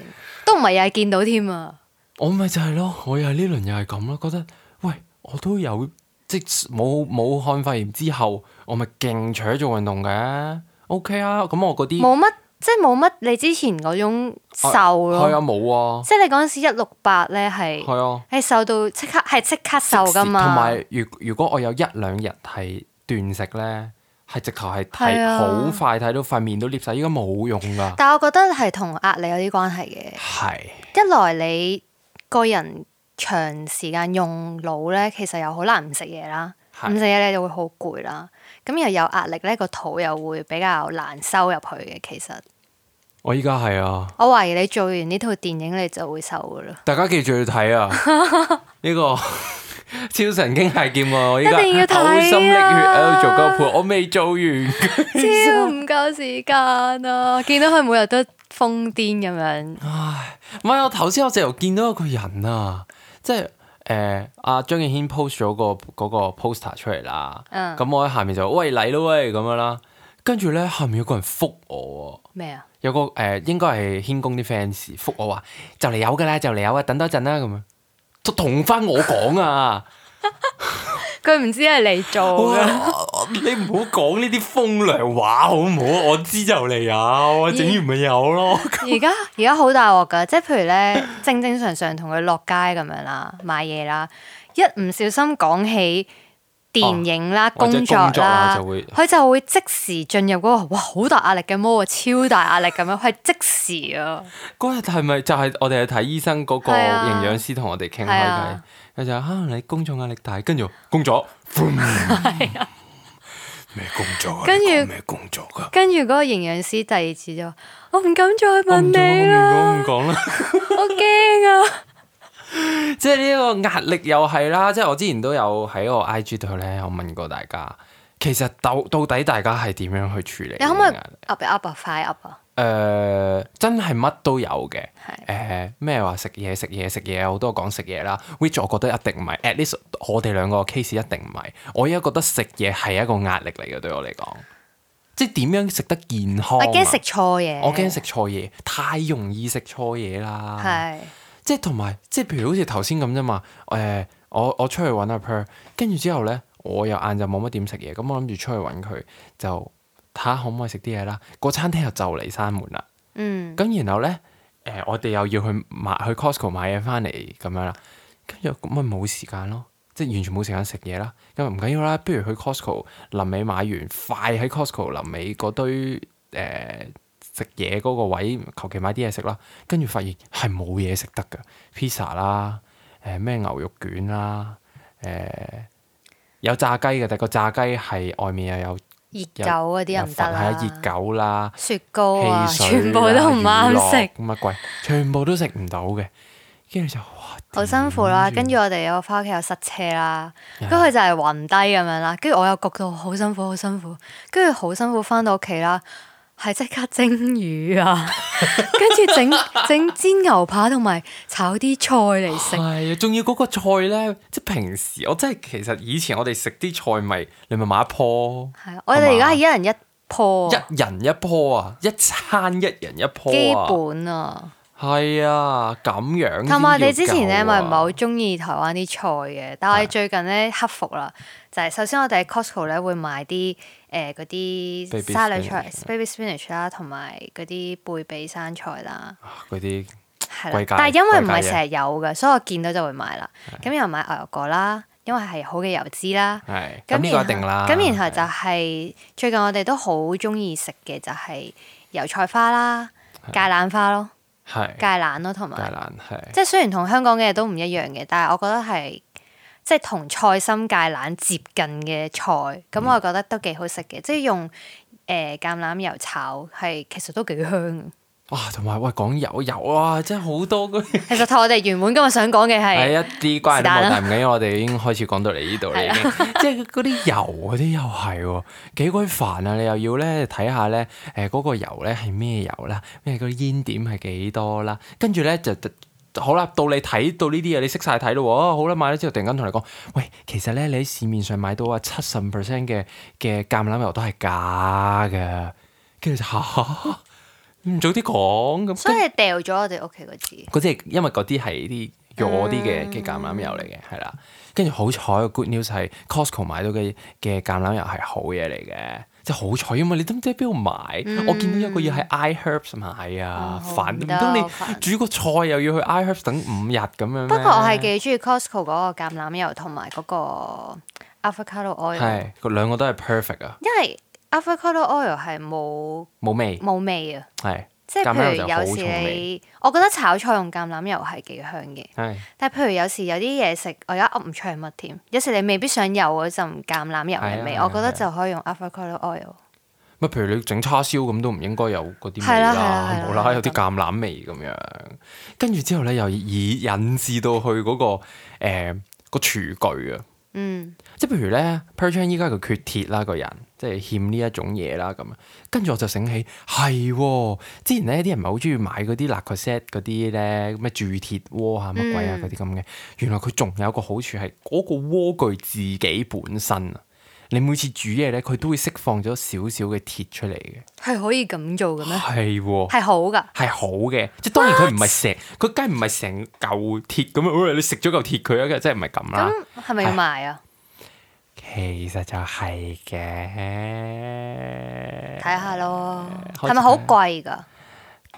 B: 都唔係又係見到添啊！
A: 我咪就係咯，我又係呢輪又係咁咯，覺得喂，我都有即係冇武漢肺炎之後，我咪勁扯做運動嘅，OK 啊，咁我嗰啲
B: 冇乜即係冇乜你之前嗰種瘦
A: 係啊
B: 咯，
A: 冇啊，
B: 即係你嗰陣時一六八咧係
A: 係啊，
B: 係瘦到即刻係即刻瘦噶嘛，
A: 同埋如如果我有一兩日係斷食咧，係直頭係
B: 係
A: 睇
B: 啊
A: 好快睇到塊面都裂晒，依家冇用噶，
B: 但我覺得係同壓力有啲關係嘅。
A: 係
B: 一來你個人長時間用腦咧，其實又好難唔食嘢啦，
A: 係
B: 唔食嘢你就會好攰啦。咁又有壓力咧，個肚又會比較難收入去嘅。其實
A: 我依家係啊。
B: 我懷疑你做完呢套電影，你就會瘦噶啦，
A: 大家記住要睇 啊！呢個 超神經大劍啊！我依家
B: 一定要睇啊
A: 嘔心瀝血喺度做嗰個配，我未做完。
B: 超唔夠時間啊！見到佢每日都瘋癲咁樣，
A: 唔係，我頭先我直頭見到一個人啊，即係誒阿張敬軒 post 咗個嗰個 poster 出嚟啦。
B: 嗯
A: 咁我喺下面就喂嚟咯喂咁樣啦，跟住咧下面有個人覆我喎，
B: 咩啊？
A: 有個誒、呃、應該係軒公啲 fans 覆我話就嚟有㗎啦，就嚟有啊，等多陣啦咁樣，就同翻我講啊！
B: 佢唔知係你做嘅。
A: 哇！ 你唔好講呢啲風涼話好唔好？我知就嚟有，整完咪有咯。
B: 而家而家好大鑊噶，即係譬如咧，正正常常同佢落街咁樣啦，買嘢啦，一唔小心講起電影啦、
A: 或者
B: 工作
A: 工作啊
B: 啦
A: 就會，
B: 佢就會即時進入嗰、個哇好大壓力嘅魔啊，超大壓力咁樣，佢係即時啊，
A: 嗰日係咪就係我哋去睇醫生嗰個
B: 係啊
A: 營養師同我哋傾開
B: 係
A: 偈
B: 啊，
A: 佢就話啊你工作壓力大，跟住工作，咩工作啊？
B: 跟住
A: 你講咩工作啊噶？
B: 跟住嗰個營養師第二次就話：我唔敢再問
A: 唔
B: 你啦，
A: 哦講唔講啦。
B: 我驚啊！
A: 即係呢個壓力又係啦，即係我之前都有喺我 IG 度咧，我問過大家，其實到到底大家係點樣去處理呢
B: 你
A: 個壓力？哦
B: 可唔可以 up 啊 up 啊快 up 啊？
A: 誒、呃真係乜都有嘅，
B: 係
A: 誒咩話食嘢食嘢食嘢，好多講食嘢啦。which 我覺得一定唔係，at least 我哋兩個 case 一定唔係。我而家覺得食嘢係一個壓力嚟嘅，對我嚟講，即係點樣食得健康、
B: 我
A: 啊？
B: 驚食錯嘢，
A: 我驚食錯嘢，太容易食錯嘢啦。
B: 係
A: 即係同埋，即係譬如好似頭先咁啫嘛。誒、我我出去揾阿 Per，跟住之後咧，我又晏晝冇乜點食嘢，咁我諗住出去揾佢，就睇下可唔可以食啲嘢啦。個餐廳又就嚟閂門啦。
B: 嗯
A: 咁然後咧，誒、我哋又要去買去 Costco 買嘢翻嚟咁樣啦，跟住咁咪冇時間咯，即係完全冇時間食嘢啦。咁咪唔緊要啦，不如去 Costco 臨尾買完，快喺 Costco 臨尾嗰堆誒、呃食嘢嗰個位，求其買啲嘢食啦。跟住發現係冇嘢食得㗎，pizza 啦，誒、咩牛肉卷啦，誒、有炸雞嘅，但係個炸雞係外面又有
B: 熱
A: 有
B: 狗嗰啲又
A: 有
B: 唔
A: 粉，係
B: 得
A: 啊
B: 啦，
A: 熱狗啦。
B: 雪糕啊，
A: 汽水
B: 全部都唔啱食，
A: 食，乜鬼，全部都食唔到嘅。跟住就哇，
B: 好辛苦啦。跟住我哋我翻屋企又塞車啦，
A: 嗯係
B: 跟住佢就係暈低咁樣啦。跟住我又焗到好辛苦，好辛苦，跟住好辛苦翻到屋企啦，係即刻蒸 魚啊，跟住整 整煎牛扒同埋炒啲菜嚟食。
A: 係啊，仲要嗰個菜咧，即係平時我真係其實以前我哋食啲菜咪，你咪買一樖，
B: 係啊，我哋而家係一人一棵啊，
A: 一人一樖啊，一餐一人一
B: 基
A: 樖啊，
B: 本啊。
A: 係啊，咁樣先
B: 同埋我哋之
A: 要
B: 前咧，
A: 夠
B: 咪唔係
A: 啊
B: 好中意台灣啲菜嘅，但係我哋最近咧克服啦，就係首先我哋喺 Costco 咧會買啲誒嗰
A: Baby
B: 啲沙律菜
A: spinach 啊
B: baby spinach 啦，同埋嗰啲貝比生菜啦，
A: 嗰啲
B: 係
A: 貴
B: 啦
A: 價。
B: 但係因為唔
A: 貴價
B: 係
A: 嘢
B: 成日有嘅，所以我見到就會買啦。咁又買牛油果啦，因為係好嘅油脂啦。
A: 係咁
B: 咁
A: 呢個
B: 然
A: 一定啦。
B: 後咁然後就係最近我哋都好中意食嘅就係油菜花啦、芥蘭花咯、
A: 係
B: 芥蘭咯，同
A: 芥
B: 埋。
A: 蘭係
B: 即係雖然同香港嘅嘢都唔一樣嘅，但係我覺得係即係同菜心芥蘭接近嘅菜，咁、
A: 嗯
B: 我覺得都幾好食嘅，即係用誒橄欖油炒係其實都幾香 嘅。
A: 哇，同埋喂講油油啊，真係好多嗰啲。
B: 其實同我哋原本今日想講嘅
A: 係啊
B: 係
A: 一啲關係都
B: 是但
A: 冇，
B: 啦
A: 但唔緊要，我哋已經開始講到嚟呢度啦，已經 即係嗰啲油嗰啲又係喎，幾鬼煩啊！你又要咧睇下咧，誒、嗰個油咧係咩油啦，咩嗰啲煙點係幾多啦，跟住咧就就好啦，到你睇到呢啲嘢，你識晒睇咯喎。哦好啦，買咗之後，突然間同你講，喂，其實咧，你喺市面上買到啊七十 percent 嘅嘅橄欖油都係假嘅，跟住就 嚇，唔早啲講咁。
B: 所以你掉咗我哋屋企嗰支，
A: 嗰啲係因為嗰啲係啲弱啲
B: 嗯
A: 嘅嘅橄欖油嚟嘅，係啦。跟住好彩個 good news 係 Costco 買到嘅嘅橄欖油係好嘢嚟嘅，即係好彩，因為你都唔知喺邊度買。我見到有個嘢係 iHerbs 買啊，
B: 嗯哦
A: 煩
B: 唔
A: 唔
B: 得
A: 通你啊
B: 煩
A: 煮個菜又要去 iHerbs 等五日咁樣咩？
B: 不過我係幾中意 Costco 嗰個橄欖油同埋嗰個 avocado oil，
A: 係個兩個都係 perfect 啊，
B: 因為 avocado oil 係冇
A: 冇味
B: 冇味啊，
A: 係。
B: 即係
A: 橄欖
B: 譬
A: 油
B: 如
A: 就好
B: 有時
A: 重味，
B: 你，我覺得炒菜用橄欖油係幾香嘅。
A: 係
B: 但係譬如有時有啲嘢食，我而家噏唔出係乜添。有時你未必想有嗰陣橄欖油嘅味，
A: 係啊
B: 我覺
A: 係啊
B: 得就可以用 avocado oil。
A: 乜？譬如你整叉燒咁都唔應該有嗰啲味
B: 係啦係啦
A: 啦
B: 係啦，
A: 無啦啦有啲橄欖味咁樣。跟住之後咧，又以引致到去嗰、個誒、呃個廚具啊，
B: 嗯，
A: 即係譬如咧 p e r c h a n 依家佢缺鐵啦，個人即係欠呢一種嘢啦咁。跟住我就醒起係喎，之前咧啲人唔係好中意買嗰啲 l a c o s e t 嗰啲咧咩鑄鐵鍋啊乜
B: 嗯
A: 鬼啊嗰啲咁嘅，原來佢仲有個好處係嗰個鍋具自己本身啊。你每次煮嘢咧，佢都會釋放咗少少嘅鐵出嚟嘅，
B: 係可以咁做嘅咩？
A: 係喎，
B: 係好㗎，
A: 係好嘅。即係當然佢唔係成，佢梗係唔係成嚿鐵咁樣，喂你食咗嚿鐵佢啊，即係唔係咁啦。
B: 咁係咪要賣啊？
A: 其實就係嘅，
B: 睇下咯，
A: 開
B: 係咪
A: 始
B: 好
A: 睇下
B: 貴㗎？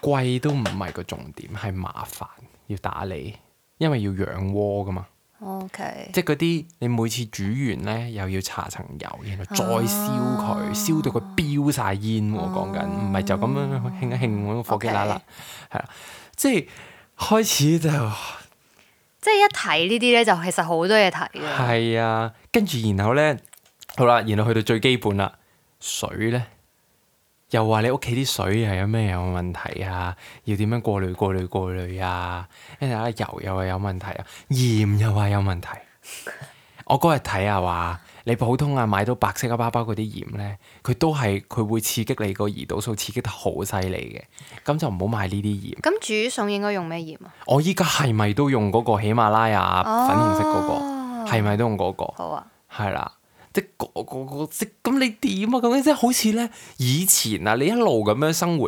A: 貴都唔係個重點，係麻煩要打理，因為要養鍋噶嘛。
B: O K，
A: 即係嗰啲你每次煮完咧，又要搽層油，然後再燒佢，
B: 哦
A: 燒到佢飆晒煙喎。講緊唔係就咁樣興一興揾個火機揦揦
B: 嗯 OK，
A: 係啦。即係開始就
B: 即係一睇呢啲咧，就其實好多嘢睇嘅。
A: 係啊，跟住然後咧，好啦，然後去到最基本啦，水咧。又話你屋企啲水係有咩有問題啊？要點樣過濾過濾過濾啊？跟住啊油又話有問題啊，鹽又話有問題。我嗰日睇啊話，你普通啊買到白色嘅包包嗰啲鹽咧，佢都係佢會刺激你個胰島素刺激得好犀利嘅，咁就唔好買呢啲鹽。
B: 咁煮餸應該用咩鹽啊？
A: 我依家係咪都用嗰個喜馬拉雅粉紅色嗰、
B: 哦
A: 個？係咪都用嗰、個？
B: 好啊，
A: 係啦，即係嗰嗰嗰即咁你點啊？究竟即係好似咧以前啊，你一路咁樣生活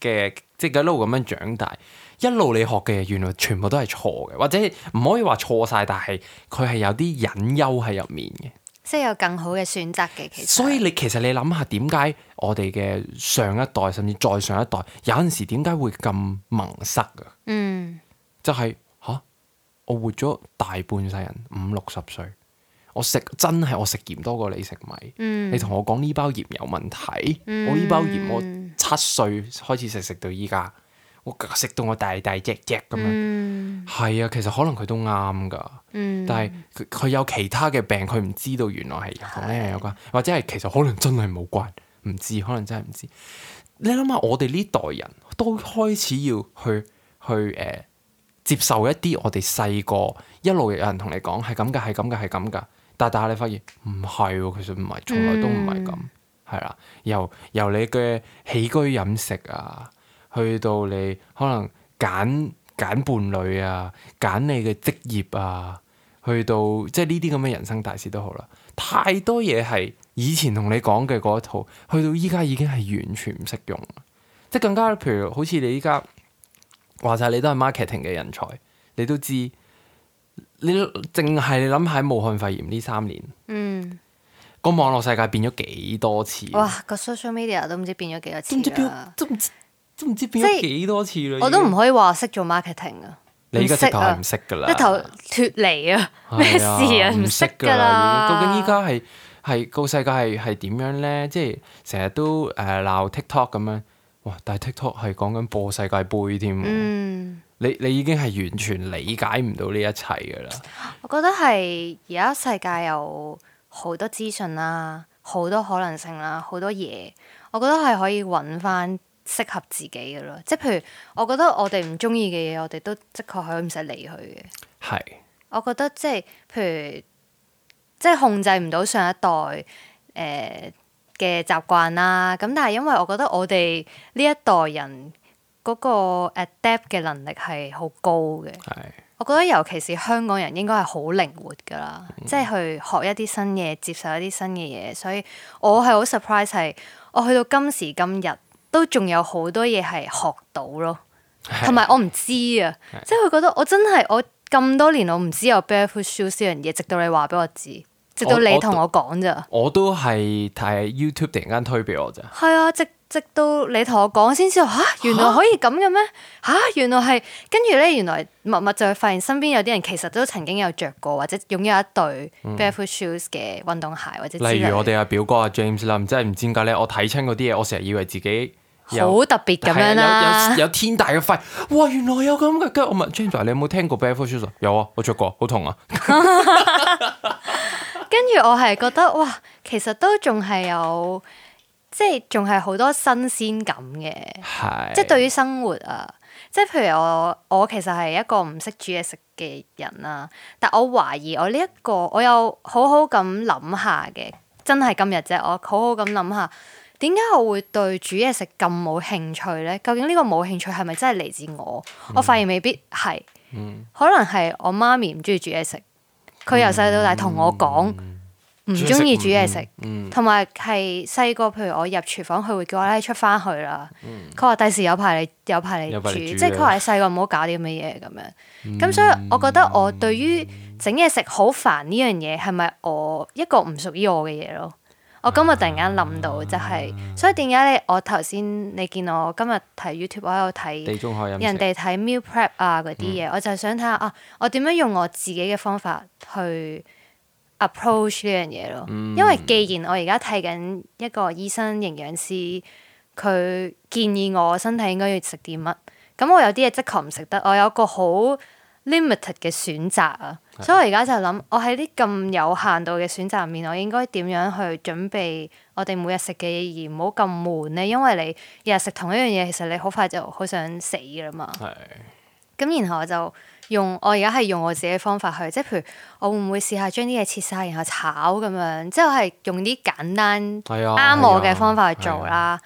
A: 嘅，即係一路咁樣長大，一路你學嘅嘢原來全部都係錯嘅，或者唔可以話錯晒，但係佢係有啲隱憂喺入面嘅。
B: 即係有更好嘅選擇嘅，其實。
A: 所以你其實你諗下點解我哋嘅上一代甚至再上一代有陣時點解會咁蒙塞啊？
B: 嗯，
A: 就係、吓、我活咗大半世人，五六十歲，我食真係我食鹽多過你食米。
B: 嗯
A: 你同我講呢包鹽有問題，我呢包鹽我七歲開始食食到依家，我食到我大大隻隻咁樣。
B: 嗯
A: 係啊，其實可能佢都啱㗎，
B: 嗯，
A: 但係佢佢有其他嘅病，佢唔知道原來係同呢樣有關，或者係其實可能真係冇關，唔知可能真係唔知。你諗下，我哋呢代人都開始要去去誒、呃接受一啲我哋細個一路有人同你講係咁㗎，係咁㗎，係咁㗎，但但係你發現唔係喎，其實唔係，從來都唔係
B: 嗯
A: 咁，係啦、由由你嘅起居飲食啊，去到你可能揀揀伴侶啊，揀你嘅職業啊，去到即係呢啲咁嘅人生大事都好啦，太多嘢係以前同你講嘅嗰一套，去到依家已經係完全唔適用啦，即係更加譬如好似你依家話晒你都係 marketing 嘅人才，你都知你淨係你諗下喺武漢肺炎呢三年，
B: 嗯，
A: 個網絡世界變咗幾多次？
B: 哇，個 social media 都唔知變咗幾多
A: 都唔知
B: 次
A: 變
B: 啦，
A: 都唔知都唔知變咗
B: 即係
A: 幾多次啦。
B: 我
A: 已
B: 都唔
A: 經
B: 可以話識做 marketing 啊，
A: 你而家直頭係唔
B: 識
A: 識㗎
B: 啊，
A: 啦，
B: 直頭脱離啊， 咩事
A: 係
B: 啊，唔識
A: 㗎
B: 㗎啦，
A: 已經究竟依家係係個世界係係點樣咧？即係成日都誒鬧 TikTok 咁樣，哇！但係 TikTok 係講緊播世界盃添喎，
B: 嗯，
A: 你你已經係完全理解唔到呢一切㗎啦。
B: 我覺得係而家世界有好多資訊啦，好多可能性啦，好多嘢，我覺得係可以揾翻適合自己嘅咯，即係譬如我覺得我哋唔中意嘅嘢，我哋都的確可以唔使理佢嘅。
A: 係
B: 我覺得即係譬如即係控制唔到上一代呃誒嘅、習慣啦。咁但係因為我覺得我哋呢一代人嗰個 adapt 嘅能力係好高嘅。
A: 係
B: 我覺得尤其是香港人應該係好靈活㗎啦，即係去學一啲新嘢，接受一啲新嘅嘢，所以我係好 surprise 係我去到今時今日都仲有好多嘢係學到咯，同埋我唔知啊，即係佢覺得我真係我咁多年我唔知有 barefoot shoes 呢樣嘢，直到你話俾我知，直到
A: 我
B: 你
A: 我
B: 同我講咋。
A: 我都係睇 YouTube 突然間推俾我咋，
B: 係啊，直直到你同我講先知道，吓原來可以咁嘅咩？吓原來係跟住咧，原來默默就會發現身邊有啲人其實都曾經有着過或者擁有一對 barefoot shoes 嘅運動鞋或者之類
A: 嗯例如我哋阿表哥阿 James 啦，唔知係唔知點解咧，我睇親嗰啲嘢，我成日以為自己有
B: 好特別咁樣
A: 係啊有
B: 啦
A: 有，有天大嘅肺，哇！原來有咁嘅，跟住我問 James 你有冇聽過 barefoot shoes？啊有啊，我着過，好痛啊！
B: 跟住我係覺得哇，其實都仲係有即係仲係好多新鮮感嘅，
A: 係
B: 即係對於生活啊。即係譬如我，我其實係一個唔識煮嘢食嘅人啦，但我懷疑我呢、一個，我有好好咁諗下嘅，真係今日啫，我好好咁諗下，點解我會對煮嘢食咁冇興趣咧？究竟呢個冇興趣係咪真係嚟自我？我發現未必係，可能係我媽咪唔中意煮嘢食，佢由細到大同我講唔中意煮嘢食。
A: 嗯，
B: 同埋係細個，譬如我入廚房，佢會叫我哎咧出翻去啦。佢話第時有排你有排你
A: 嗯有
B: 煮，
A: 排你
B: 即
A: 煮啊嗯
B: 係
A: 嘅
B: 佢話你細個唔好搞啲咁嘅嘢咁樣。咁、所以我覺得我對於整嘢食好煩呢樣嘢係咪我一個唔屬於我嘅嘢咯？
A: 啊
B: 我今日突然間諗到就係、所以點解你我頭先你見我今日睇 YouTube，我喺度睇
A: 地中海飲
B: 人哋睇 meal prep 啊嗰啲嘢，我就係想睇下啊，我點樣用我自己嘅方法去 approach 呢樣嘢咯。因為既然我而家睇緊一個醫生營養師，佢建議我身體應該要食啲乜，咁我有啲嘢即確唔食得，我有一個好 limited 嘅選擇啊，所以我而家就諗，我喺啲咁有限度嘅選擇入面，我應該點樣去準備我哋每日食嘅嘢，而唔好咁悶咧？因為你日日食同一樣嘢，其實你好快就好想死噶啦嘛。
A: 係
B: 咁然後我就用我而家係用我自己嘅方法去，即係譬如我會唔會試下將啲嘢切晒，然後炒咁樣，即係我係用啲簡單
A: 係啊，
B: 啱我嘅方法去
A: 係啊
B: 做。啦。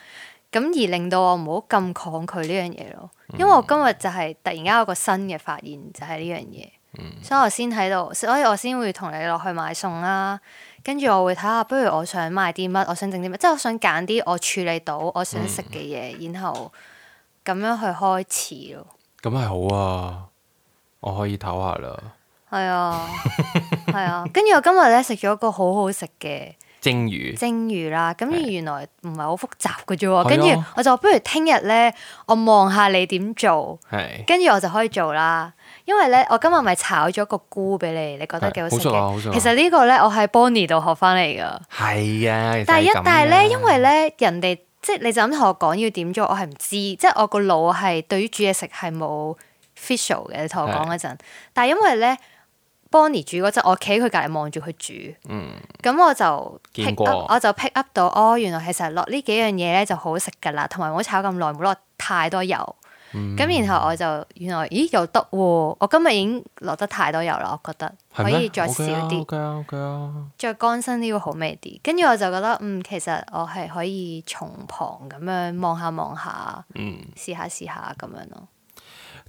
B: 咁而令到我唔好咁抗拒呢樣嘢咯，
A: 嗯
B: 因為我今日就係突然間有個新嘅發現，就係呢樣嘢，
A: 嗯
B: 所以我先喺度，所以我先會同你落去買餸啦。跟住我會睇下，不如我想買啲乜，我想整啲乜，即係我想揀啲我處理到我想食嘅
A: 嗯
B: 嘢，然後咁樣去開始咯。
A: 咁係好啊，我可以唞下啦。
B: 係啊，係啊。跟住我今日咧食咗一個好好食嘅
A: 蒸魚
B: 蒸魚啦，咁
A: 係
B: 原來唔係好複雜嘅啫
A: 係
B: 喎。
A: 啊
B: 跟住我就話不如聽日咧，我望下你 點做，
A: 係
B: 跟住我就可以做啦。因為咧，我今日咪炒咗個菇俾你，你覺得
A: 係
B: 幾好
A: 好
B: 食
A: 食啊好食
B: 嘅。
A: 啊
B: 其實呢個咧，我喺 Bonnie 度學翻嚟噶。
A: 係啊，
B: 但係
A: 其實
B: 一
A: 咁
B: 但係
A: 㗎
B: 咧，因為咧人哋即係你就咁同我講要點做，我係唔知，即係我個腦係對於煮嘢食係冇 official 嘅。你同我講嗰陣，但係因為咧 Bonnie 煮嗰陣，我企喺佢隔離望住佢煮，
A: 嗯
B: 咁我就
A: 見
B: pick
A: 過
B: up，我就 pick up 到哦，原來其實落呢幾樣嘢咧就好食㗎啦，同埋唔好炒咁耐，唔好落太多油。
A: 嗯
B: 咁、然後我就原來咦又得喎，我今日已經落得太多油啦，我覺得
A: 係
B: 可
A: 咩
B: 以再少
A: OK 啊
B: 啲。
A: OK 啊 OK 啊，
B: 再乾身啲會好味啲，跟住我就覺得嗯，其實我係可以從旁咁樣望下望下，
A: 嗯。
B: 試下試下咁樣咯。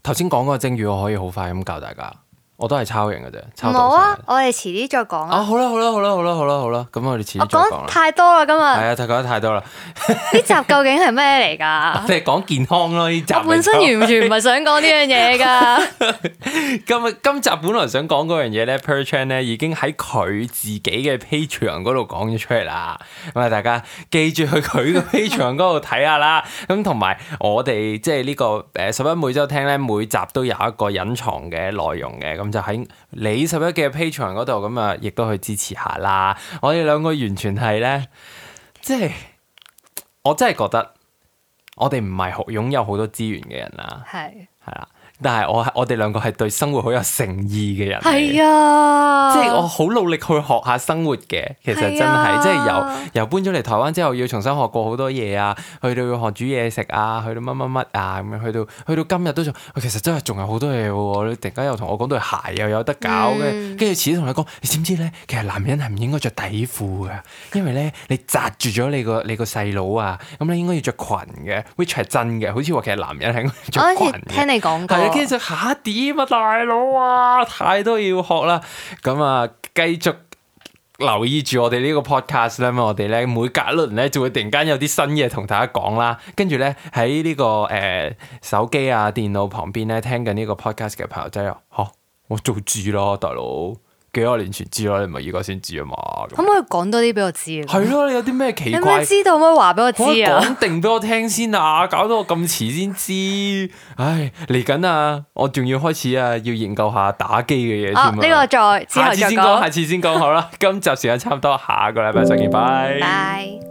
A: 頭先講嗰個蒸魚，我可以好快咁教大家，我都係抄型嘅啫，
B: 唔
A: 抄
B: 好
A: 到
B: 啊
A: 晒，。
B: 我哋遲啲再講
A: 啊，
B: 啊。
A: 好啦好啦好啦好啦好啦好啦，咁我哋哦遲
B: 我
A: 啲再講
B: 講
A: 啦。
B: 太多啦，今
A: 係
B: 日
A: 啊，太講得太多啦，
B: 呢集究竟係咩嚟
A: 我
B: 㗎？
A: 哋講健康咯呢集嚟
B: 我
A: 講。
B: 啊本身完全唔係想講呢樣嘢㗎。
A: 今日今集本來想講嗰樣嘢咧 p e r Chan 咧已經喺佢自己嘅 Patreon 嗰度講咗出嚟啦。咁啊，大家記住去佢嘅 Patreon 嗰度睇下啦。咁同埋我哋即係呢個誒十一每週聽咧，每集都有一個隱藏嘅內容嘅。咁就喺你十一嘅 Patreon 嗰度，咁啊，亦都去支持下啦。我哋兩個完全係咧，即係我真係覺得我哋唔係好擁有好多資源嘅人啦。啊
B: 係
A: 係啦，但係我我哋兩個係對生活好有誠意嘅人嚟嘅。
B: 係啊，
A: 即係我好努力去學下生活嘅，其實真係、
B: 係啊
A: 即係由由搬咗嚟台灣之後，要重新學過好多嘢啊，去到要學煮嘢食啊，去到乜乜乜啊咁樣，去到去到今日都仲，喂其實真係仲有好多嘢喎、你突然間又同我講對鞋又有得搞
B: 嗯
A: 嘅，跟住始同你講，你知唔知咧？其實男人係唔應該着底褲嘅，因為咧你扎住咗你個你個細佬啊，咁你應該要着裙嘅，which 係真嘅，好似話其實男人係應該
B: 我
A: 着
B: 好
A: 裙
B: 似
A: 嘅
B: 聽。你講過
A: 係，啊，跟住就下點啊，大佬啊，太多嘢要學啦。咁啊，繼續留意住我哋呢個 podcast 啦，咁我哋咧每隔一輪咧就會突然間有啲新嘢同大家講啦。跟住咧喺呢個誒、呃手機啊、電腦旁邊咧聽緊呢個 podcast 嘅朋友仔啊，嚇、我做住咯，大佬幾多年前知啦，你唔係而家先知啊嘛。
B: 可唔可以講多啲俾我知啊？
A: 係咯，你有啲咩奇
B: 你
A: 怪
B: 嗯咩？知道咩話俾我知
A: 可以
B: 啊？
A: 講定俾我聽先啊！搞到我咁遲先知，唉，嚟緊啊！我仲要開始啊，要研究下打機嘅嘢添
B: 哦，
A: 啊！
B: 呢個再之
A: 下
B: 後
A: 次
B: 再
A: 先講，
B: 講
A: 下。次先講好啦。今集時間差唔多，下個禮拜再見，拜。
B: 拜。